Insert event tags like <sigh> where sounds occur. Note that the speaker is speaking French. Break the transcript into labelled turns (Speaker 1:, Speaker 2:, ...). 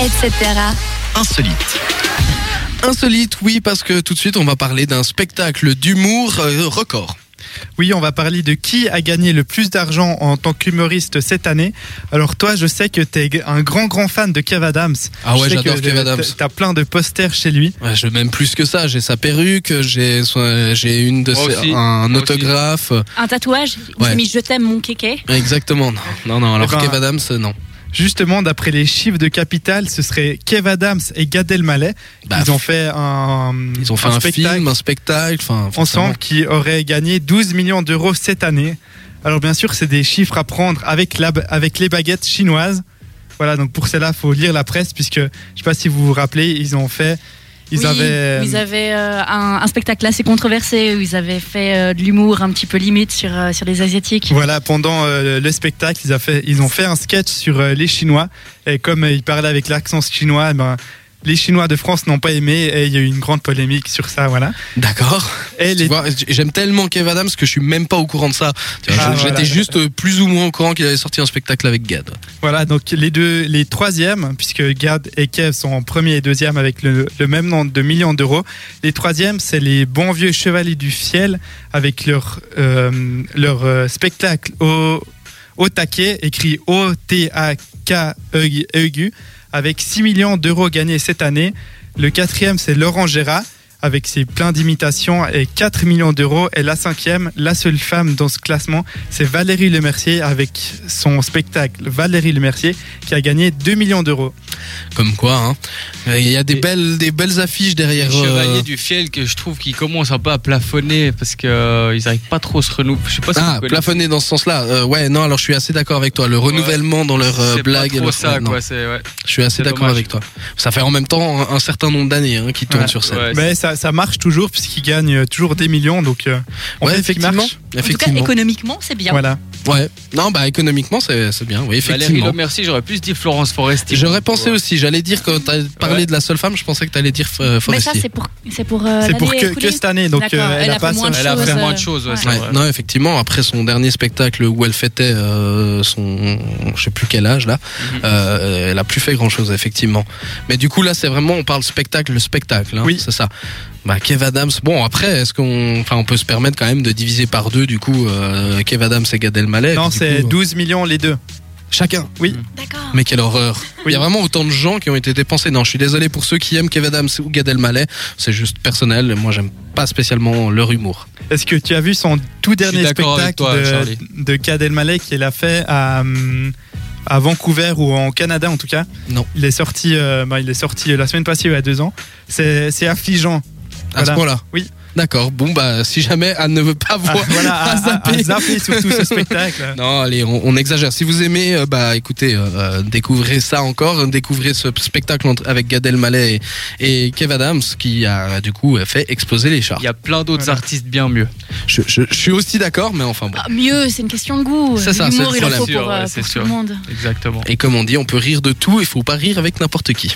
Speaker 1: etc.
Speaker 2: Insolite. Insolite, oui, parce que tout de suite, on va parler d'un spectacle d'humour euh, record.
Speaker 3: Oui, on va parler de qui a gagné le plus d'argent en tant qu'humoriste cette année. Alors toi, je sais que t'es un grand grand fan de Kev Adams.
Speaker 2: Ah ouais,
Speaker 3: Je sais
Speaker 2: j'adore
Speaker 3: que
Speaker 2: Kev
Speaker 3: le-
Speaker 2: Adams.
Speaker 3: T'as plein de posters chez lui.
Speaker 2: Ouais, je même plus que ça. J'ai sa perruque, j'ai son- j'ai une de
Speaker 4: Moi
Speaker 2: ses-
Speaker 4: aussi.
Speaker 2: un
Speaker 4: Moi
Speaker 2: autographe.
Speaker 5: Un tatouage où
Speaker 2: Ouais.
Speaker 5: j'ai mis Je t'aime mon kéké.
Speaker 2: Exactement. Non, non, non. Alors
Speaker 3: Eh ben,
Speaker 2: Kev Adams, euh, non.
Speaker 3: Justement, d'après les chiffres de Capital, ce serait Kev Adams et Gad Elmaleh.
Speaker 2: Bah,
Speaker 3: ils ont fait un,
Speaker 2: ils ont fait un,
Speaker 3: spectacle
Speaker 2: film, un spectacle. Enfin, forcément.
Speaker 3: ensemble qui aurait gagné 12 millions d'euros cette année. Alors bien sûr, c'est des chiffres à prendre avec, la, avec les baguettes chinoises. Voilà, donc pour cela, faut lire la presse puisque je sais pas si vous vous rappelez, ils ont fait, ils
Speaker 5: Oui,
Speaker 3: avaient,
Speaker 5: ils avaient, euh, un, un spectacle assez controversé où ils avaient fait euh, de l'humour un petit peu limite sur, euh, sur les Asiatiques.
Speaker 3: voilà, pendant euh, le spectacle, ils, a fait, ils ont fait un sketch sur euh, les Chinois et comme euh, ils parlaient avec l'accent chinois, ben, les Chinois de France n'ont pas aimé et il y a eu une grande polémique sur ça, voilà.
Speaker 2: D'accord.
Speaker 3: Et
Speaker 2: Tu
Speaker 3: les
Speaker 2: vois, J'aime tellement Kev Adams que je suis même pas au courant de ça. Tu vois,
Speaker 3: Ah,
Speaker 2: je- J'étais
Speaker 3: voilà.
Speaker 2: juste euh, plus ou moins au courant qu'il avait sorti un spectacle avec Gad.
Speaker 3: Voilà, donc les deux, les troisièmes, puisque Gad et Kev sont en premier et deuxième avec le, le même nombre de millions d'euros. Les troisièmes, c'est les bons vieux chevaliers du ciel avec leur, euh, leur euh, spectacle au, au taquet, écrit O-T-A-K-E-U, E avec 6 millions d'euros gagnés cette année. Le quatrième, c'est Laurent Gérard avec ses pleins d'imitations et 4 millions d'euros. Et la cinquième, la seule femme dans ce classement, c'est Valérie Lemercier avec son spectacle Valérie Lemercier qui a gagné 2 millions d'euros.
Speaker 2: Comme quoi, hein. Il y a des
Speaker 4: Et-
Speaker 2: belles, des belles affiches
Speaker 4: Les
Speaker 2: derrière. euh,
Speaker 4: Chevaliers du Fiel que je trouve qu'ils commencent un peu à plafonner parce que euh, ils arrivent pas trop à se renouveler. Je sais pas si
Speaker 2: Ah,
Speaker 4: vous connaissez.
Speaker 2: plafonné dans ce sens-là. Euh, ouais, non, alors je suis assez d'accord avec toi. Le renouvellement dans leur euh,
Speaker 4: C'est pas
Speaker 2: blague. et
Speaker 4: trop
Speaker 2: leur-
Speaker 4: ça
Speaker 2: ouais, non,
Speaker 4: quoi, c'est ouais.
Speaker 2: je suis assez
Speaker 4: C'est
Speaker 2: d'accord
Speaker 4: dommage.
Speaker 2: avec toi. Ça fait en même temps un, un certain nombre d'années hein, qui tournent
Speaker 3: Ouais,
Speaker 2: sur scène.
Speaker 4: ouais.
Speaker 3: Mais ça, ça marche toujours puisqu'il gagne euh, toujours des millions. Donc, euh, en
Speaker 2: Ouais,
Speaker 3: fait, ce qui
Speaker 2: effectivement.
Speaker 3: marche,
Speaker 5: En tout cas,
Speaker 2: Effectivement.
Speaker 5: économiquement, c'est bien.
Speaker 3: Voilà.
Speaker 2: ouais. Non, bah économiquement, c'est c'est bien. Oui,
Speaker 4: Valérie
Speaker 2: effectivement.
Speaker 4: Le Merci, j'aurais plus dit Florence Foresti.
Speaker 2: J'aurais pensé
Speaker 4: Bah, Ouais.
Speaker 2: aussi. J'allais dire quand t'as parlé
Speaker 4: Ouais.
Speaker 2: de la seule femme, je pensais que t'allais dire euh,
Speaker 5: Mais ça,
Speaker 2: Forestier.
Speaker 5: c'est pour, c'est pour, euh,
Speaker 3: c'est pour
Speaker 5: l'année
Speaker 3: que,
Speaker 5: écoulée.
Speaker 3: que cette année. Donc,
Speaker 5: D'accord,
Speaker 3: euh, elle,
Speaker 5: elle
Speaker 3: a
Speaker 5: a
Speaker 3: pas
Speaker 5: fait moins de
Speaker 3: son-
Speaker 4: Elle a
Speaker 5: chose,
Speaker 4: fait
Speaker 5: euh,
Speaker 4: moins de choses, ouais, c'est
Speaker 2: Ouais,
Speaker 4: vrai.
Speaker 2: non, effectivement, après son dernier spectacle où elle fêtait euh, son, je sais plus quel âge là,
Speaker 4: Mhm.
Speaker 2: euh, elle a plus fait grand chose effectivement. Mais du coup là, c'est vraiment on parle spectacle, spectacle, hein,
Speaker 3: Oui.
Speaker 2: c'est ça. Bah Kev Adams, bon après, est-ce qu'on, enfin on peut se permettre quand même de diviser par deux du coup euh, Kev Adams et Gad Elmaleh.
Speaker 3: Non,
Speaker 2: du
Speaker 3: c'est
Speaker 2: coup, euh,
Speaker 3: 12 millions les deux.
Speaker 2: chacun.
Speaker 4: Hmm.
Speaker 5: D'accord.
Speaker 2: Mais quelle horreur
Speaker 3: Oui.
Speaker 2: Il y a vraiment autant de gens qui ont été dépensés. Non, je suis désolé pour ceux qui aiment Kev Adams ou Gad Elmaleh. C'est juste personnel. Moi, j'aime pas spécialement leur humour.
Speaker 3: Est-ce que tu as vu son tout dernier
Speaker 4: d'accord
Speaker 3: spectacle
Speaker 4: avec toi, Charlie.
Speaker 3: de, de Gad Elmaleh qu'il a fait à, hum, à Vancouver ou en Canada en tout cas
Speaker 2: Non.
Speaker 3: Il est sorti, euh, bah, il est sorti la semaine passée ou il y a deux ans. C'est c'est affligeant.
Speaker 2: À ce
Speaker 3: Voilà.
Speaker 2: point-là
Speaker 3: Oui.
Speaker 2: D'accord. Bon, bah, si jamais Anne ne veut <laughs> pas
Speaker 3: Ah,
Speaker 2: voir.
Speaker 3: voilà, à,
Speaker 2: à zapper.
Speaker 3: à- à zapper surtout ce spectacle.
Speaker 2: Non, allez, on, on exagère. Si vous aimez, euh, bah, écoutez, euh, euh, découvrez ça encore. Découvrez ce spectacle entre- avec Gad Elmaleh et, et Kev Adams qui a, du coup, fait exploser les chars.
Speaker 4: Il y a plein d'autres
Speaker 3: Voilà.
Speaker 4: artistes bien mieux.
Speaker 2: Je, je- je suis aussi d'accord, mais enfin bon.
Speaker 5: Ah, mieux, c'est une question de goût.
Speaker 2: C'est ça,
Speaker 5: L'humour,
Speaker 2: c'est le
Speaker 5: il en
Speaker 2: problème.
Speaker 5: faut pour,
Speaker 4: Ouais,
Speaker 5: euh,
Speaker 4: c'est
Speaker 5: pour tout
Speaker 4: sûr.
Speaker 5: le monde.
Speaker 4: Exactement.
Speaker 2: Et comme on dit, on peut rire de tout, il faut pas rire avec n'importe qui.